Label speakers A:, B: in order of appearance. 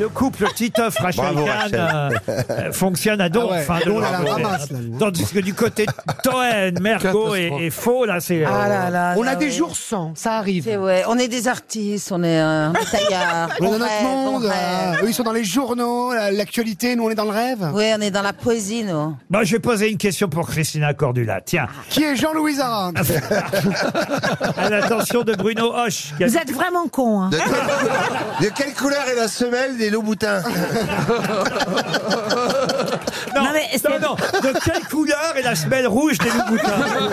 A: Le couple Titoff Rachel
B: Bravo,
A: Kahn
B: Rachel.
A: euh, euh, fonctionne à don.
C: Ah ouais,
A: enfin, de
C: nous, on
A: leur
C: la
A: côté.
C: ramasse, là, nous, hein.
A: Tandis que du côté de Toen, Mergo et,
D: Catastrophe.
A: et Faux, là, c'est. euh,
E: Ah là là
C: On
E: là,
C: a des
E: oui.
C: jours sans, ça arrive.
E: C'est vrai. On est des artistes, on est euh, on est taillards.
C: On est
E: on
C: dans notre
E: rêve, on
C: monde,
E: rêve.
C: euh, eux ils sont dans les journaux, la- l'actualité, nous on est dans le rêve.
E: Oui, on est dans la poésie, nous.
A: Bon, Bah, je vais poser une question pour Christina Cordula. Tiens,
C: Qui est Jean-Louis Aran
A: à l'attention de Bruno Hoche. qui a-
F: Vous êtes vraiment con, hein
B: De, quelle- de quelle couleur est la semelle des Louboutins
A: Non,
F: Non, mais c'est-
A: non, non. De quelle couleur est la semelle rouge des Louboutins